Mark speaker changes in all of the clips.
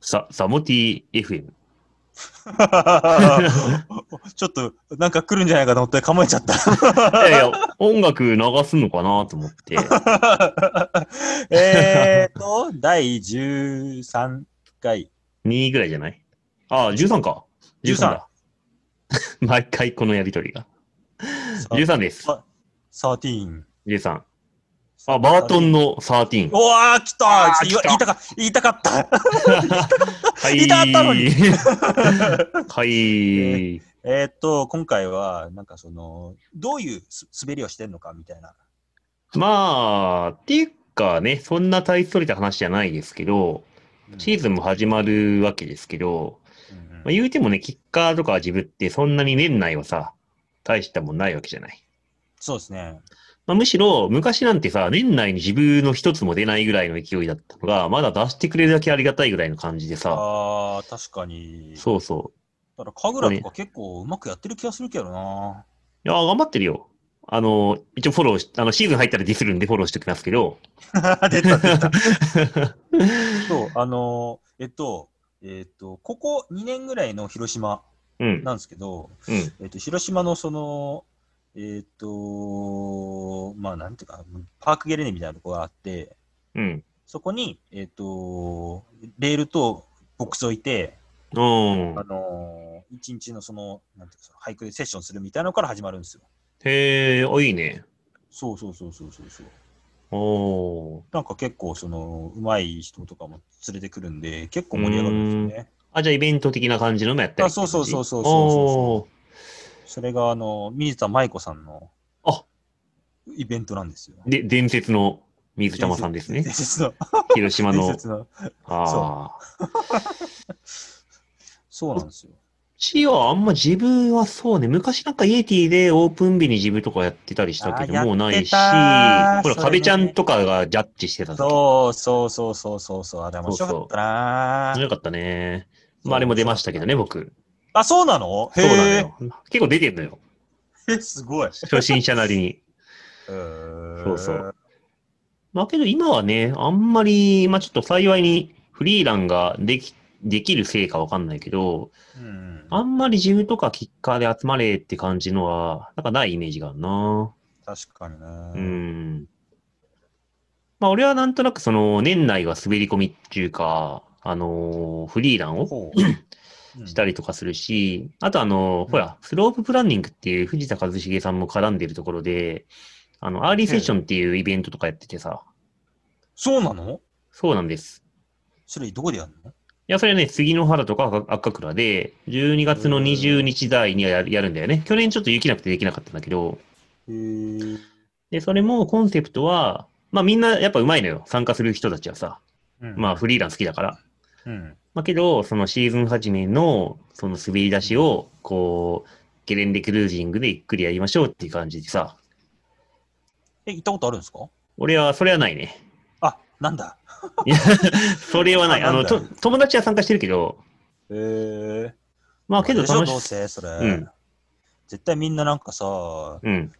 Speaker 1: さ、サモティ FM。
Speaker 2: ちょっと、なんか来るんじゃないかと思って構えちゃった。
Speaker 1: いやいや、音楽流すのかなと思って。
Speaker 2: えーと、第13回。
Speaker 1: 2ぐらいじゃないああ、13か。13だ。 毎回このやりとりが。13です。
Speaker 2: 13。
Speaker 1: 13。あ、バートン
Speaker 2: の。
Speaker 1: の13。
Speaker 2: おわー、来た
Speaker 1: あー
Speaker 2: 言わ
Speaker 1: 来た
Speaker 2: 言いたか言いたかった。
Speaker 1: はい
Speaker 2: たあった のに
Speaker 1: はい。
Speaker 2: えーっと、今回は、なんかその、どういうす滑りをしてるのかみたいな。
Speaker 1: まあ、っていうかね、そんな大それた話じゃないですけど、シーズンも始まるわけですけど、
Speaker 2: うんうん
Speaker 1: まあ、言うてもね、キッカーとか自分ってそんなに年内はさ、大したもんないわけじゃない。
Speaker 2: そうですね。
Speaker 1: まあ、むしろ昔なんてさ、年内に自分の一つも出ないぐらいの勢いだったのが、まだ出してくれるだけありがたいぐらいの感じでさ、
Speaker 2: ああ、確かに。
Speaker 1: そうそ
Speaker 2: だから、神楽とか結構うまくやってる気がするけど
Speaker 1: う。
Speaker 2: な。
Speaker 1: いやー、頑張ってるよ。あのー、一応フォローし、あの、シーズン入ったらディスるんでフォローしておきますけど。
Speaker 2: 出た出た。そう、あのーえっと、えっと、ここ2年ぐらいの広島
Speaker 1: うん。
Speaker 2: なんですけど、
Speaker 1: うん。
Speaker 2: えっと、広島のその、えっと、まあ、なんていうか、パークゲレネみたいなとこがあって、
Speaker 1: うん。
Speaker 2: そこに、えっと、レールとボックス置いて、
Speaker 1: うん
Speaker 2: あ。のー、一日のその、なんていうか、その俳句でセッションするみたいなのから始まるんですよ。
Speaker 1: へえ、あ、いいね。
Speaker 2: そうそうそうそうそうそう。
Speaker 1: おー。
Speaker 2: なんか結構、その、うまい人とかも連れてくるんで、結構盛り上がるんですよね。
Speaker 1: あ、じゃあイベント的な感じのもやったり
Speaker 2: あそうそうそうそうそう
Speaker 1: お
Speaker 2: そ
Speaker 1: ー。
Speaker 2: それが、あの、水田舞子さんの
Speaker 1: あ
Speaker 2: イベントなんですよ。
Speaker 1: で、伝説の水玉さんですね
Speaker 2: 伝。説の。
Speaker 1: 広 島
Speaker 2: 伝
Speaker 1: の。
Speaker 2: 説の。
Speaker 1: ああ。
Speaker 2: そうなんですよ。
Speaker 1: シはあんま自分はそうね、昔なんかイエティでオープン日に自分とかやってたりしたけど、
Speaker 2: あー
Speaker 1: もうないし、ほ
Speaker 2: や
Speaker 1: ら、
Speaker 2: ってたーそれね
Speaker 1: 壁ちゃんとかがジャッジしてた時。
Speaker 2: そうそうそうそうそうそう。あれ面白かったな
Speaker 1: よかったね。まあ、あれも出ましたけどね、僕。
Speaker 2: あ、そうなの
Speaker 1: そうなの。よ。結構出てんのよ。
Speaker 2: へー え、すごい。
Speaker 1: 初心者なりに。
Speaker 2: そう
Speaker 1: そう。まあ、けど今はね、あんまり、まあちょっと幸いにフリーランができ、できるせいかわかんないけど、
Speaker 2: うん、
Speaker 1: あんまりジムとかキッカーで集まれって感じのは、なんかないイメージがあるな。
Speaker 2: 確かにね。
Speaker 1: うん。まあ、俺はなんとなくその、年内は滑り込みっていうか、あのーフリーランを
Speaker 2: ほう。
Speaker 1: した
Speaker 2: り。
Speaker 1: りとかするし、あとあのーほら、スローププランニングっていう藤田和茂さんも絡んでるところで、あの、アーリーセッションっていうイベントとかやっててさ、
Speaker 2: そうなの
Speaker 1: そうなんです。
Speaker 2: それどこでやるの
Speaker 1: いや、それはね、杉の原とか赤赤倉で、12月の20日台にはやるやるんだよね。去年ちょっと雪なくてできなかったんだけど、
Speaker 2: へー
Speaker 1: で、それもコンセプトは、まあみんなやっぱうまいのよ。参加する人たちはさ。
Speaker 2: うん
Speaker 1: まあフリーラン好きだから。
Speaker 2: うん。
Speaker 1: まあけど、そのシーズン初めの、その滑り出しを、こう、ゲレンデクルージングでゆっくりやりましょうっていう感じでさ。
Speaker 2: え、行ったことあるんですか
Speaker 1: 俺は、それはないね。
Speaker 2: あ、なんだ。
Speaker 1: いや、それはない。あ
Speaker 2: あな
Speaker 1: の、
Speaker 2: んだ
Speaker 1: と友達は参加してるけど、
Speaker 2: へえ。
Speaker 1: まあけど
Speaker 2: でしょ
Speaker 1: 楽
Speaker 2: どう
Speaker 1: しい。
Speaker 2: せ、それ。
Speaker 1: うん
Speaker 2: 絶対みんななんかさ、
Speaker 1: うん、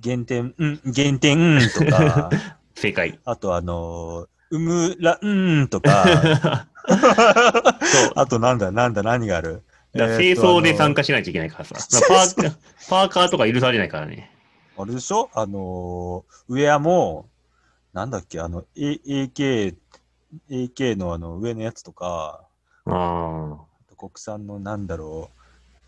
Speaker 2: 減点、うん、減点、うんと か、
Speaker 1: 正 解。
Speaker 2: あとあのー、うむら、うん とか、
Speaker 1: そう。
Speaker 2: あとなんだ、なんだ、何がある
Speaker 1: だから清掃で参
Speaker 2: 加。
Speaker 1: 加しないといけないからさ。だからパーパーカーとか許されないからね。
Speaker 2: あれでしょあのー、ウェアも、なんだっけ、あの、A、AK、AK のあの、上のやつとか、
Speaker 1: あ
Speaker 2: あと国産のなんだろう、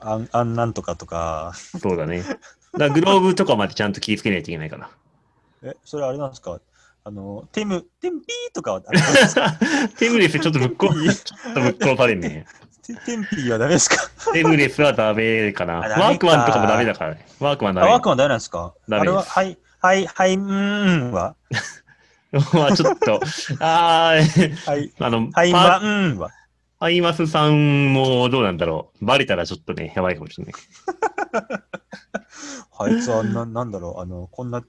Speaker 2: あん、あんなんとかとか、
Speaker 1: あ、そうだね。だからグローブとかまでちゃんと気をつけないといけないから。
Speaker 2: え、それあれなんですかあの、テム、テムピーとかは、あれな んですか
Speaker 1: テムレスちょっとぶっ こ、
Speaker 2: いい
Speaker 1: ちょっとぶっ殺されんね。
Speaker 2: テテンピーはダメですか
Speaker 1: テムレスはダメかな。
Speaker 2: あダメか
Speaker 1: ワークマンとかもダメだからね。ワークマンダ
Speaker 2: あ、
Speaker 1: メ。
Speaker 2: ワークマンダメなんですか
Speaker 1: ダメ
Speaker 2: あれは、
Speaker 1: です
Speaker 2: はい、はい、はい、うーんは。
Speaker 1: まあちょっと、あー
Speaker 2: はい、
Speaker 1: あの、
Speaker 2: はい、
Speaker 1: パー
Speaker 2: ま、うーんは。
Speaker 1: アイマスさんもどうなんだろう。バレたらちょっとね、やばいかもしれない。
Speaker 2: あいつはな、なんだろう、あの、こんな、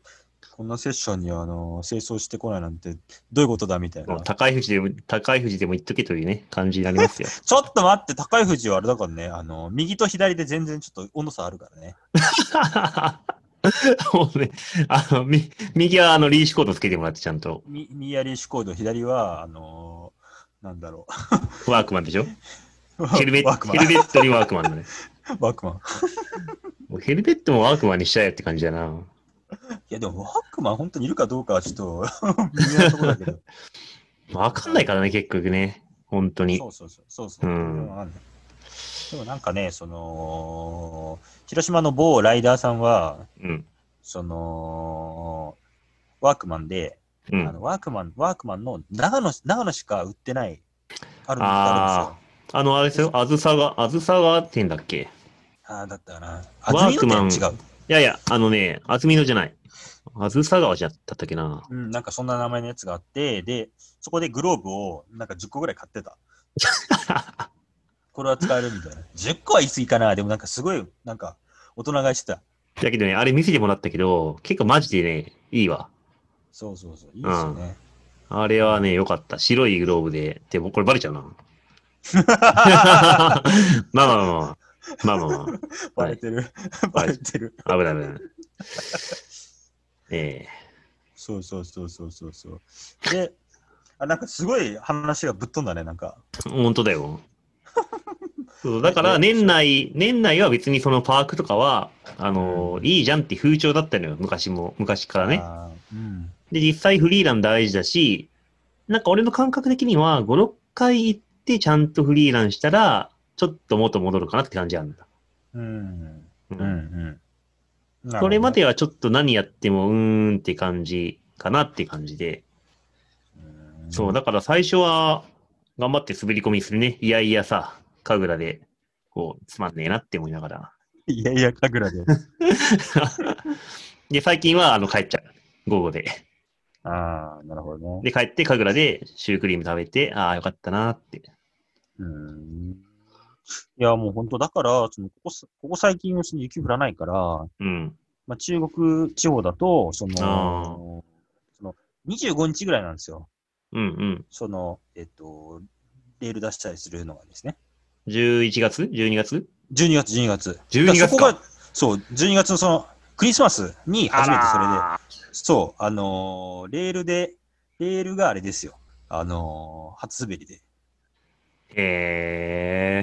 Speaker 2: こんなセッションに、あの、清掃してこないなんて、どういうことだみたいな。
Speaker 1: 高い富士でも、高い富士でも言っとけというね、感じになりますよ。
Speaker 2: ちょっと待って、高い富士はあれだからね、あの、右と左で全然ちょっと温度差あるからね。
Speaker 1: もうね、あの、み、右はあの、リーシュコードつけてもらって、ちゃんと。
Speaker 2: み右やりシュコード、左は、あのなんだろ
Speaker 1: ワークマンでしょ
Speaker 2: う。
Speaker 1: ヘルメッ
Speaker 2: ワ
Speaker 1: ト
Speaker 2: ー、クマ
Speaker 1: ヘルメットにワークマンだね。
Speaker 2: ン。ワークマン。
Speaker 1: もうヘルメットもワークマンにしちゃえって感じだな。
Speaker 2: いや、でもワークマン本当にいるかどうかはちょっと微妙なところだけど。
Speaker 1: わかんないからね、結局ね。本当に
Speaker 2: そ。うそうそう。そうそう。
Speaker 1: うん
Speaker 2: わかんないでもなんかね、その、広島の某ライダーさんは、
Speaker 1: うん。
Speaker 2: その、ワークマンで、
Speaker 1: う
Speaker 2: あ
Speaker 1: ん。
Speaker 2: のワークマン、ワークマンの長野、長野しか売ってない、あるんですあるん
Speaker 1: あ
Speaker 2: ですよ。
Speaker 1: あ、あの、あれですよ、あずさが、あずさが店だっけ
Speaker 2: ああー、だったかな。
Speaker 1: ワ
Speaker 2: あ、
Speaker 1: ークマン
Speaker 2: 違う。
Speaker 1: いやいや、あのね、あずみのじゃない。あずさ川じゃったっけな。
Speaker 2: うん、なんかそんな名前のやつがあって、で、そこでグローブをなんか10個ぐらい買っ てた。これは使えるみたいな。10個は言い過ぎかな。でもなんかすごい、なんか大人買いしてた。
Speaker 1: だけどね、あれ見せてもらったけど、結構マジでね、いいわ。
Speaker 2: そうそうそう。いいですよね。
Speaker 1: あれはね、良かった。白いグローブで。でも、これバレちゃうな。まあまあまあまあ。まあまあま
Speaker 2: バレてる。バレてる。
Speaker 1: あ。危ない危ない。ええ
Speaker 2: そうそうそうそうそうそう。で、あなんかすごい話がぶっ飛んだね、なんか。
Speaker 1: 本当だよ。そうだから年内、年内は別にそのパークとかは、あのいいじゃんって風潮だったのよ、昔も、昔からね。
Speaker 2: あーうん。
Speaker 1: で、実際フリーラン大事だし、なんか俺の感覚的には、5、6回行ってちゃんとフリーランしたら、ちょっと元戻るかなって感じなんだ。
Speaker 2: うん。
Speaker 1: うん
Speaker 2: うん。うん。
Speaker 1: それまではちょっと何やっても、うーんって感じかなって感じで。
Speaker 2: うん、
Speaker 1: そう、だから最初は、頑張って滑り込みするね。いやいやさ、神楽で、こう、つまんねえなって思いながら。
Speaker 2: いやいや、神楽で。
Speaker 1: で、最近は、あの、帰っちゃう。午後で。
Speaker 2: ああ、なるほどね。
Speaker 1: で、帰って、神楽でシュークリーム食べて、ああ、よかったなーって。
Speaker 2: うん。いや、もう本当だから、そのここすここ最近、雪降らないから、
Speaker 1: うん。
Speaker 2: まあ、中国地方だと、そ
Speaker 1: ああ
Speaker 2: の、その25日ぐらいなんですよ。
Speaker 1: うんうん。
Speaker 2: その、えっと、レール出したりするのがですね。
Speaker 1: 11月 ?12 月
Speaker 2: 12月、12月。
Speaker 1: 12
Speaker 2: だら
Speaker 1: 月
Speaker 2: そこ
Speaker 1: か
Speaker 2: が、そう、12月のその、クリスマスに初めてそれで、
Speaker 1: ら
Speaker 2: そう、あのーレールで、レールがあれですよ。あのー初滑りで。
Speaker 1: ーへ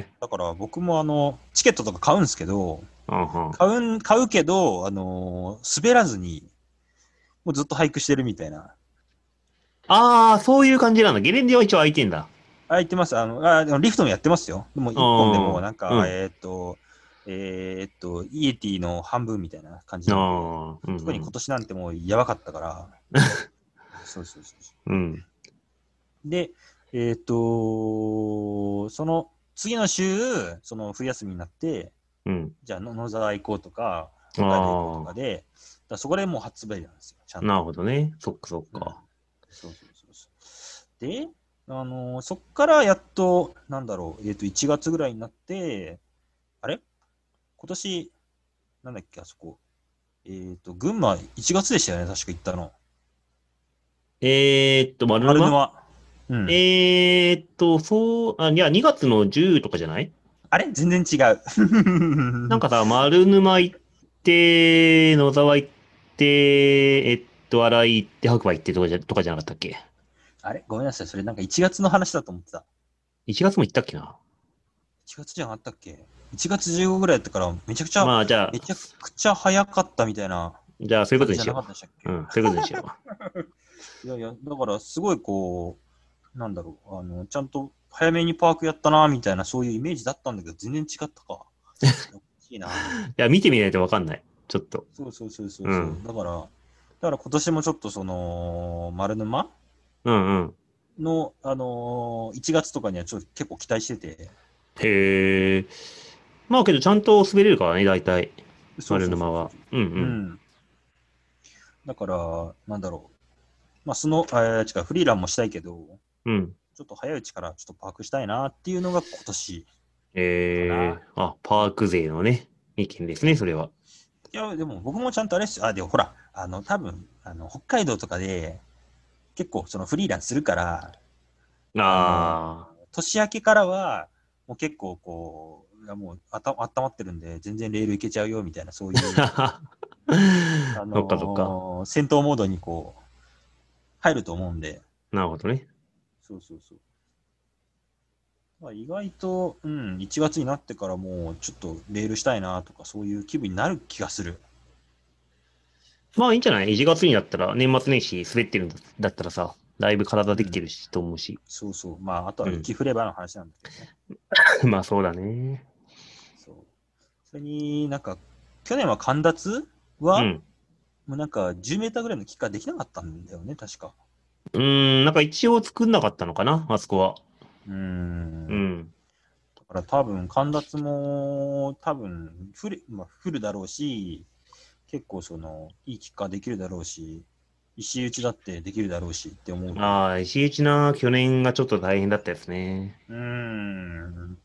Speaker 1: え。
Speaker 2: だから僕もあの、チケットとか買うんですけど、
Speaker 1: うんうん
Speaker 2: 買うん、買うけど、あのー滑らずに、もうずっと俳句してるみたいな。
Speaker 1: ああ、そういう感じなんだ。ゲレンデは一応空いてんだ。
Speaker 2: あ、言ってます。あの、あでもリフトもやってますよ。でも、一本でも、なんか、
Speaker 1: うん
Speaker 2: えーっと、えーっと、イエティの半分みたいな感じ
Speaker 1: あ
Speaker 2: で。
Speaker 1: あ、うんうん、
Speaker 2: 特に今年なんてもうやばかったから。 そうそうそうそ
Speaker 1: うん。
Speaker 2: う。で、えーっと、その、次の週、その冬休みになって、
Speaker 1: うん。
Speaker 2: じゃあ、の野沢行こうとか、北海道行こうと
Speaker 1: あ
Speaker 2: かで、だからそこでもう発売なんですよ、ちゃ
Speaker 1: あ、
Speaker 2: んと。
Speaker 1: なるほどね。そっかそっか。
Speaker 2: そうそうそうそう。で、あのーそっからやっと、なんだろう、えっ、と、1月ぐらいになって、あれ今年、なんだっけ、あそこ。えっ、と、群馬、1月でしたよね、確か行ったの。
Speaker 1: えー、っと、丸
Speaker 2: 丸
Speaker 1: 沼
Speaker 2: 沼。うん、
Speaker 1: えー、っと、そう、あ、いや、2月の10とかじゃない
Speaker 2: あれ全然違う。
Speaker 1: なんかさ、丸沼行って、野沢行って、えっと、荒井行って、白馬行ってとかじゃとかじゃなかったっけ
Speaker 2: あれごめんなさい、それなんか1月の話だと思ってた。
Speaker 1: ?1 月も行ったっけな
Speaker 2: 1月じゃなかったっけ ?1 月15ぐらいだったから、めちゃくちゃ、
Speaker 1: まあ、じゃあ
Speaker 2: め、ちゃくちゃ早かったみたいな。
Speaker 1: じゃあ、そういうことにし
Speaker 2: じゃな
Speaker 1: よ
Speaker 2: かったでしたっけ
Speaker 1: う。うん、そういうことにしよ
Speaker 2: いやいや、だからすごいこう、なんだろう、あの、ちゃんと早めにパークやったな、みたいな、そういうイメージだったんだけど、全 然違ったか。いいな。
Speaker 1: う。いや、見てみないとわかんない。ちょっと。
Speaker 2: そうそうそうそう。
Speaker 1: うん
Speaker 2: だから、だから今年もちょっとその、丸沼
Speaker 1: うんうん。
Speaker 2: の、あのー、1月とかにはちょっと結構期待してて。
Speaker 1: へえ。まあけど、ちゃんと滑れるからね、大体、
Speaker 2: そうそうそう
Speaker 1: 丸沼は。。うんう。
Speaker 2: うんん。だから、なんだろう。まあ、その、えー、違う、フリーランもしたいけど、
Speaker 1: うん。
Speaker 2: ちょっと早いうちからちょっとパークしたいなっていうのが今年。
Speaker 1: ええ。あ、パーク勢のね、意見ですね、それは。
Speaker 2: いや、でも僕もちゃんとあれですよ。あ、でもほら、あの、多分あの北海道とかで、結構そのフリーランするから、
Speaker 1: あ
Speaker 2: 年明けからは、もう結構こう、いやもうあた温まってるんで、全然レールいけちゃうよみたいな、そういう、
Speaker 1: あ。
Speaker 2: あ
Speaker 1: そっかそっか。
Speaker 2: 戦闘モードにこう、入ると思うんで、
Speaker 1: なるほどね。
Speaker 2: そうそうそう。まあ、意外と、うん、1月になってからもうちょっとメールしたいなとか、そういう気分になる気がする。
Speaker 1: まあいいんじゃない ?1 月になったら、年末年始滑ってるんだだったらさ、だいぶ体できてるし、と思う し。
Speaker 2: そうそう。まあ、あとは
Speaker 1: うん
Speaker 2: 雪降ればの話なんだけどね。
Speaker 1: まあそうだね。
Speaker 2: そう。それになんか、去年は寒脱は、
Speaker 1: うん。
Speaker 2: もうなんか10メーターぐらいのキッカーできなかったんだよね、確か。
Speaker 1: うーん、なんか一応作んなかったのかな、あそこは。
Speaker 2: うー。
Speaker 1: うんん。
Speaker 2: だから多分、寒脱も多分降る、まあ、降るだろうし、結構その、いいキッカーできるだろうし、石打ちだってできるだろうしって思う。う
Speaker 1: ああ、石打ちな、去年がちょっと大変だったですね。
Speaker 2: ーん。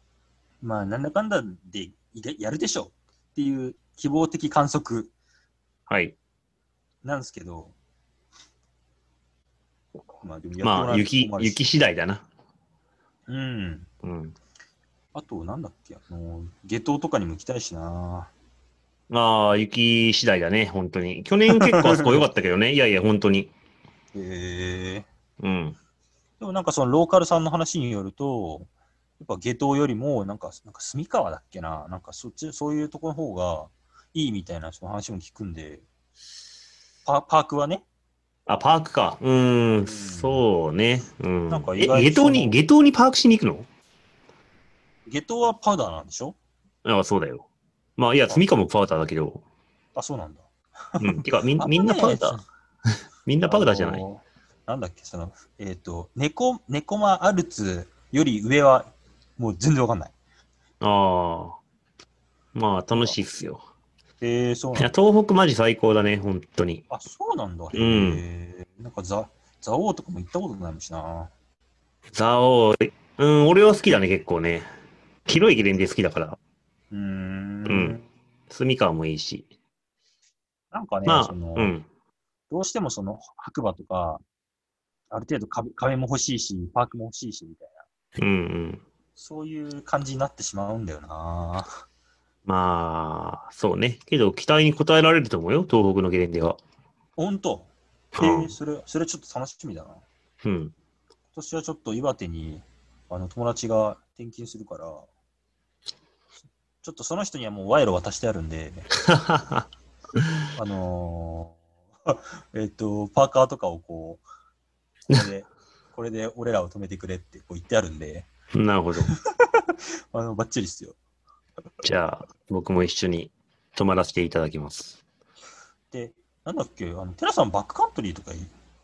Speaker 2: まあ、なんだかんだでいでやるでしょうっていう希望的観測
Speaker 1: はい。
Speaker 2: なんですけど、まあ、でもやってもらわ
Speaker 1: ま
Speaker 2: な
Speaker 1: あ、
Speaker 2: いと
Speaker 1: 雪
Speaker 2: 困、るし
Speaker 1: 雪次第だな。
Speaker 2: うん。
Speaker 1: うん。
Speaker 2: あと、なんだっけ、あの、下等とかにも行きたいしな。
Speaker 1: ああ、雪次第だね、本当に。去年結構あそこ良かったけどね。いや いや、本当に。
Speaker 2: へえ。
Speaker 1: うん。
Speaker 2: でもなんかそのローカルさんの話によると、やっぱ下等よりも、なんか、なんか住川だっけな、なんかそっち、そういうとこの方がいいみたいなその話も聞くんで、パパークはね、
Speaker 1: あ、パークか。うー
Speaker 2: うん
Speaker 1: ん、そうね。うん。
Speaker 2: なんか
Speaker 1: え、
Speaker 2: 意外と
Speaker 1: 下等
Speaker 2: そ
Speaker 1: に、
Speaker 2: の
Speaker 1: 下等にパークしに行くの
Speaker 2: 下等はパウダーなんでしょ
Speaker 1: ああ、そうだよ。まあ、いや、積みかもパウダーだけど。
Speaker 2: あ、そうなんだ。
Speaker 1: うん。てか、みんみんなパウダー。みんなパウダーじゃな
Speaker 2: あ
Speaker 1: い。
Speaker 2: のなんだっけ、その、えっ、と、猫、猫間アルツより上は、もう全然わかんない。
Speaker 1: ああ。まあ、楽しいっすよ。
Speaker 2: えー、そう
Speaker 1: い
Speaker 2: なんだ
Speaker 1: や、。東北マジ最高だね、本当に。
Speaker 2: あ、そうなんだ。
Speaker 1: うん
Speaker 2: へーなんかザ、ザオーとかも行ったことないもんしな。
Speaker 1: ザオうん、俺は好きだね、結構ね。広いゲレンデ好きだから。
Speaker 2: うーん
Speaker 1: うん住川もいいし。
Speaker 2: なんかね、
Speaker 1: まあ、
Speaker 2: そうの
Speaker 1: ん。
Speaker 2: どうしてもその白馬とか、ある程度壁壁も欲しいし、パークも欲しいし、みたいな。
Speaker 1: うんうん。
Speaker 2: そういう感じになってしまうんだよな。
Speaker 1: まあ、そうね。けど、期待に応えられると思うよ、東北のゲレンデは。
Speaker 2: ほんと。え
Speaker 1: う
Speaker 2: ー、
Speaker 1: ん
Speaker 2: それ、それちょっと楽しみだな。今
Speaker 1: うん。
Speaker 2: 年はちょっと岩手に、あの、友達が転勤するから、ちょっとその人にはもう賄賂渡してある んで、あのー えっと、パーカーとかをこう、これで、これで俺らを止めてくれってこう言ってあるんで、
Speaker 1: なるほど。
Speaker 2: あの、ばっちりっすよ。
Speaker 1: じゃあ、僕も一緒に泊まらせていただきます。
Speaker 2: で、なんだっけ、あの、テラさんバックカントリーとか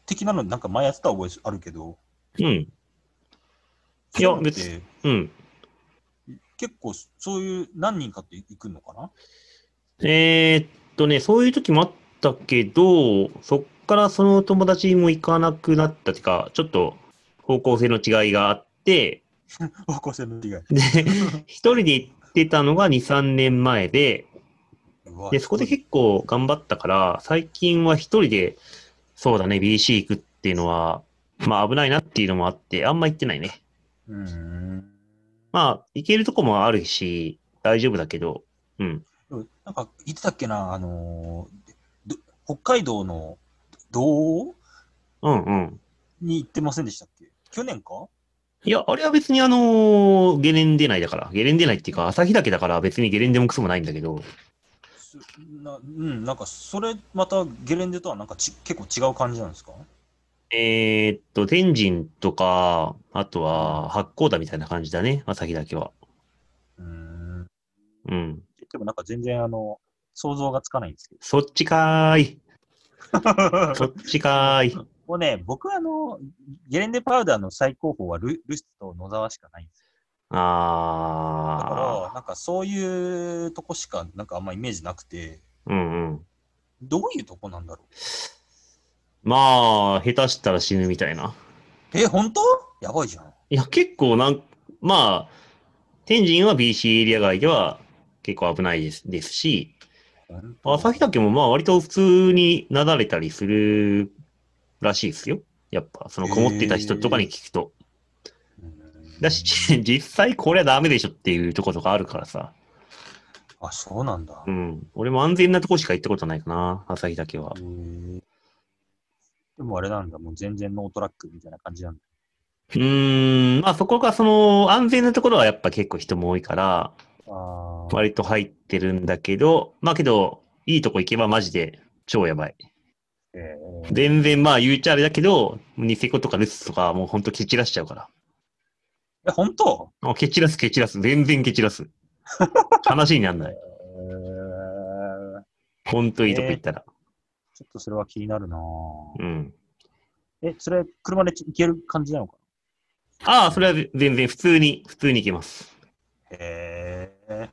Speaker 2: 的なのなんか前やってた覚えあるけど、
Speaker 1: うん。いや
Speaker 2: そううのって
Speaker 1: 別うん。
Speaker 2: 結構そういう何人かって行くのかな
Speaker 1: えー、っとね、そういう時もあったけど、そっからその友達も行かなくなったっていうか、ちょっと方向性の違いがあって、
Speaker 2: 方向性の違い。
Speaker 1: で、一人で行ってたのが2、3年前で、
Speaker 2: うわ
Speaker 1: で、そこで結構頑張ったから、最近は一人で、そうだね、BC 行くっていうのは、まあ危ないなっていうのもあって、あんま行ってないね。
Speaker 2: うーん。
Speaker 1: まあ、行けるとこもあるし、大丈夫だけど、うん。
Speaker 2: でもなんか言ってたっけな、あのーど北海道の道央
Speaker 1: うんうん。
Speaker 2: に行ってませんでしたっけ去年か
Speaker 1: いや、あれは別にあのーゲレンデ内だから、ゲレンデ内っていうか、朝日岳だから別にゲレンデもクソもないんだけど、
Speaker 2: すなうん、なんかそれまたゲレンデとはなんかち結構違う感じなんですか
Speaker 1: えーっと、天神とか、あとは八甲田みたいな感じだね、朝日岳は。
Speaker 2: うーん
Speaker 1: うん。
Speaker 2: でもなんか全然あの想像がつかないんです けど
Speaker 1: そっちかーい。そっちかーい。
Speaker 2: もうね僕はあのゲレンデパウダーの最高峰はルルシツと野沢しかないんですよだか
Speaker 1: あ
Speaker 2: らなんかそういうとこしかなんかあんまイメージなくて
Speaker 1: ー。うんうん。
Speaker 2: どういうとこなんだろう
Speaker 1: まあ、下手したら死ぬみたいな。
Speaker 2: え本当やばいじゃん
Speaker 1: いや、結構なん、まあ、天神は BC エリア外では結構危ないですですし、
Speaker 2: ほんと
Speaker 1: 旭岳もまあ割と普通になだれたりするらしいですよ。やっぱ、そのこもってた人とかに聞くと。
Speaker 2: うーん
Speaker 1: だし、 実際これはダメでしょっていうとことかあるからさ。
Speaker 2: あそうなんだ
Speaker 1: うん。俺も安全なとこしか行ったことないかな、旭岳は。
Speaker 2: へえでもあれなんだ、もう全然ノートラックみたいな感じなんだ。
Speaker 1: うーん、まあそこがその安全なところはやっぱ結構人も多いから、
Speaker 2: あー
Speaker 1: 割と入ってるんだけど、まあけど、いいとこ行けばマジで超やばい。
Speaker 2: えー
Speaker 1: 全然まあ言うちゃあれだけど、ニセコとかルスとかもうほんと蹴散らしちゃうから。
Speaker 2: え、本当
Speaker 1: あ蹴散らす蹴散らす。全然蹴散らす。話になんない。
Speaker 2: えー
Speaker 1: ほんといいとこ行ったら。
Speaker 2: ちょっとそれは気になるなぁ
Speaker 1: うん。
Speaker 2: え、それ、車で行ける感じなのか
Speaker 1: ああ、それは全然普通に、普通に行けます。
Speaker 2: へえ。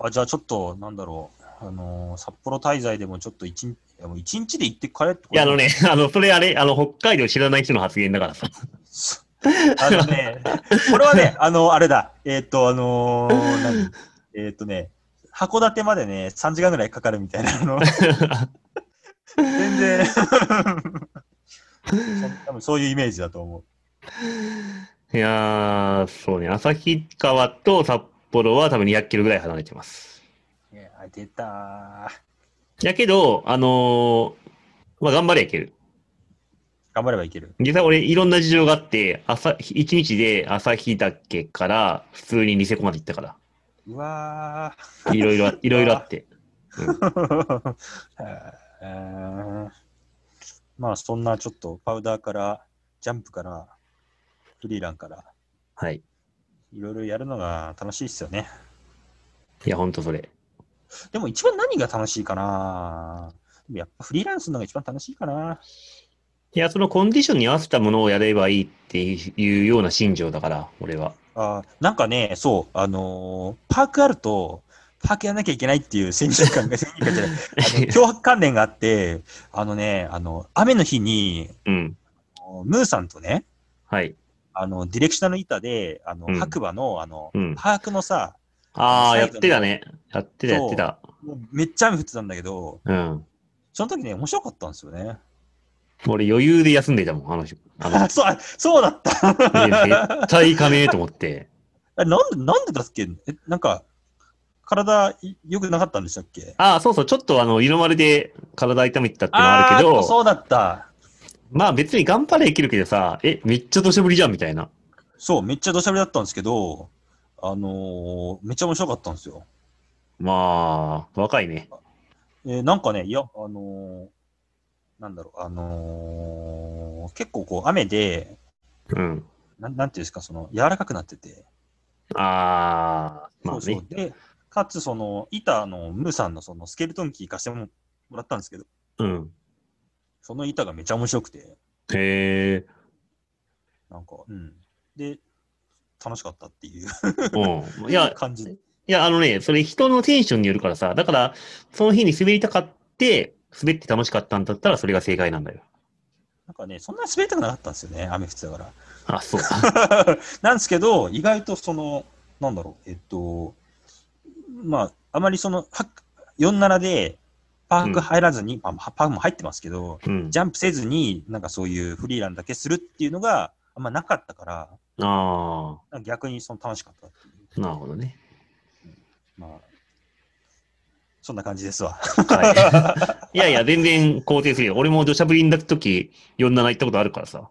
Speaker 2: あ、じゃあちょっと、なんだろう。あのー札幌滞在でもちょっと一日、いやもう一日で行って帰るってこと
Speaker 1: いや、あの。ね、あの、それあれ、あの、北海道知らない人の発言だからさ。
Speaker 2: あのね、これはね、あの、あれだ。えーっ、と、あのー何えーっ、とね、函館までね、3時間ぐらいかかるみたいな、あの、全然そ多分そういうイメージだと思う。
Speaker 1: いやー、そうね、旭川と札幌は多分200キロぐらい離れてます。
Speaker 2: いや、出たー。
Speaker 1: やけど、あのー、まあ、頑張れやける。
Speaker 2: 頑張ればいける。
Speaker 1: 実際俺、いろんな事情があって、朝、1日で旭岳から普通にニセコまで行ったか
Speaker 2: うわー。
Speaker 1: ら、いろい ろあ、いろいろあって。
Speaker 2: えーまあそんなちょっとパウダーからジャンプからフリーランから
Speaker 1: はい。
Speaker 2: いろいろやるのが楽しいですよね。
Speaker 1: いや、ほんとそれ。
Speaker 2: でも一番何が楽しいかなでもやっぱフリーランスのが一番楽しいかない
Speaker 1: や、そのコンディションに合わせたものをやればいいっていうような心情だから、俺 は。
Speaker 2: あーなんかね、そう、あのーパークあると、パークやんなきゃいけないっていう先入観が、先入観 じゃない、あの脅迫観念があって、あのね、あの、雨の日に、
Speaker 1: うん。
Speaker 2: ムーさんとね、
Speaker 1: はい。
Speaker 2: あの、ディレクショナルの板で、あの、
Speaker 1: うん
Speaker 2: 白馬の、あの、
Speaker 1: うん
Speaker 2: パークのさ、
Speaker 1: あー、やっ
Speaker 2: サイドの
Speaker 1: てたね。やってた、やってた。
Speaker 2: もうめっちゃ雨降ってたんだけど、
Speaker 1: うん。
Speaker 2: その時ね、面白かったんですよね。
Speaker 1: 俺余裕で休んでいたもん、あの日。あの
Speaker 2: あ、そう、あそうだった。
Speaker 1: いや 絶対行かねえと思って。
Speaker 2: あなんで、なんでだっけえ、なんか、体い良くなかったんでしたっけ
Speaker 1: ああ、そうそう、ちょっとあの、色丸で体痛めてたっていうのはあるけ
Speaker 2: ー
Speaker 1: ど、
Speaker 2: そうだった。
Speaker 1: まあ別に頑張れ生きるけどさ、え、めっちゃ土砂降りじゃんみたいな。
Speaker 2: そう、めっちゃ土砂降りだったんですけど、あのーめっちゃ面白かったんですよ。
Speaker 1: まあ、若いね。
Speaker 2: えーなんかね、いや、あのーなんだろう、あのー結構こう、雨で、
Speaker 1: うん。
Speaker 2: なんなんていうんですか、その、柔らかくなってて、
Speaker 1: ああ、まあね。
Speaker 2: そうそうで、かつ、その、板のムーさんのそのスケルトンキー貸してももらったんですけど、
Speaker 1: うん。
Speaker 2: その板がめちゃ面白くて、
Speaker 1: へえ、
Speaker 2: なんか、うん。で、楽しかったっていう、
Speaker 1: うん。いや
Speaker 2: 感じ。
Speaker 1: いや、あのね、それ人のテンションによるからさ、だから、その日に滑りたかって、滑って楽しかったんだったら、それが正解なんだよ。
Speaker 2: なんかね、そんなに滑りたくなかったんですよね、雨降ってたから。
Speaker 1: あ、 そう。
Speaker 2: なんですけど、意外とその、なんだろう、えっと、まあ、あまりその、は47で、パーク入らずに、まあ、パークも入ってますけど、
Speaker 1: うん
Speaker 2: ジ。ャンプせずに、なんかそういうフリーランだけするっていうのがあんまなかったから、
Speaker 1: あ
Speaker 2: なんか逆にその楽しかったっていう。
Speaker 1: あ、なるほどね。
Speaker 2: まあ、そんな感じですわ。
Speaker 1: はい。いやいや、全然肯定するよ。俺も土砂降りになった時、47行ったことあるからさ。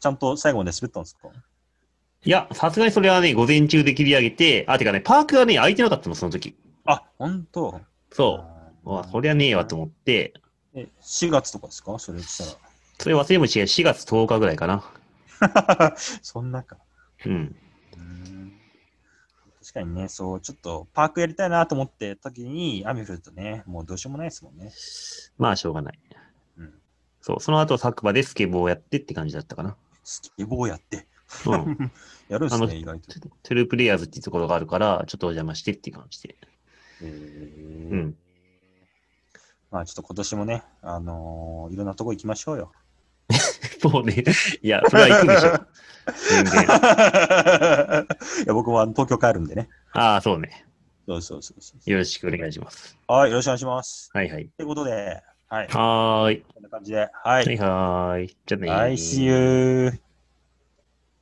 Speaker 2: ちゃんと最後まで滑ったんですか
Speaker 1: いや、さすがにそれはね、午前中で切り上げて、あ、てかね、パークがね、空いてなかったの、その時。
Speaker 2: あ、本当。
Speaker 1: そうう。わ、そりゃねえわと思って、
Speaker 2: え、4月とかですかそれした
Speaker 1: それ忘れもしない4月10日ぐらいかな。
Speaker 2: ら。 そんなか。
Speaker 1: うん。
Speaker 2: うん確かにね、そう、ちょっとパークやりたいなと思って時に雨降るとね、もうどうしようもないですもんね。
Speaker 1: まあ、しょうがない。
Speaker 2: うん
Speaker 1: そう、その後、作場でスケボーをやってって感じだったかな。
Speaker 2: スケボーやって。
Speaker 1: うん。
Speaker 2: やるんす
Speaker 1: あの
Speaker 2: ね、意外と。
Speaker 1: トゥループレイヤーズっていうところがあるから、ちょっとお邪魔してっていう感じで。
Speaker 2: う
Speaker 1: うん。
Speaker 2: まあちょっと今年もね、あのーいろんなとこ行きましょうよ。
Speaker 1: そうね。いや、それは行くでしょ。全 然。
Speaker 2: いや僕もあの東京帰るんでね。
Speaker 1: ああ、そうね。
Speaker 2: そうそうそうそう
Speaker 1: よろしくお願いします。
Speaker 2: はい、よろしくお願いします。
Speaker 1: はいはい。
Speaker 2: ということで、はい、
Speaker 1: はーい。
Speaker 2: こんな感じで、はい。
Speaker 1: はいはーい。じゃあねー
Speaker 2: はい、See you!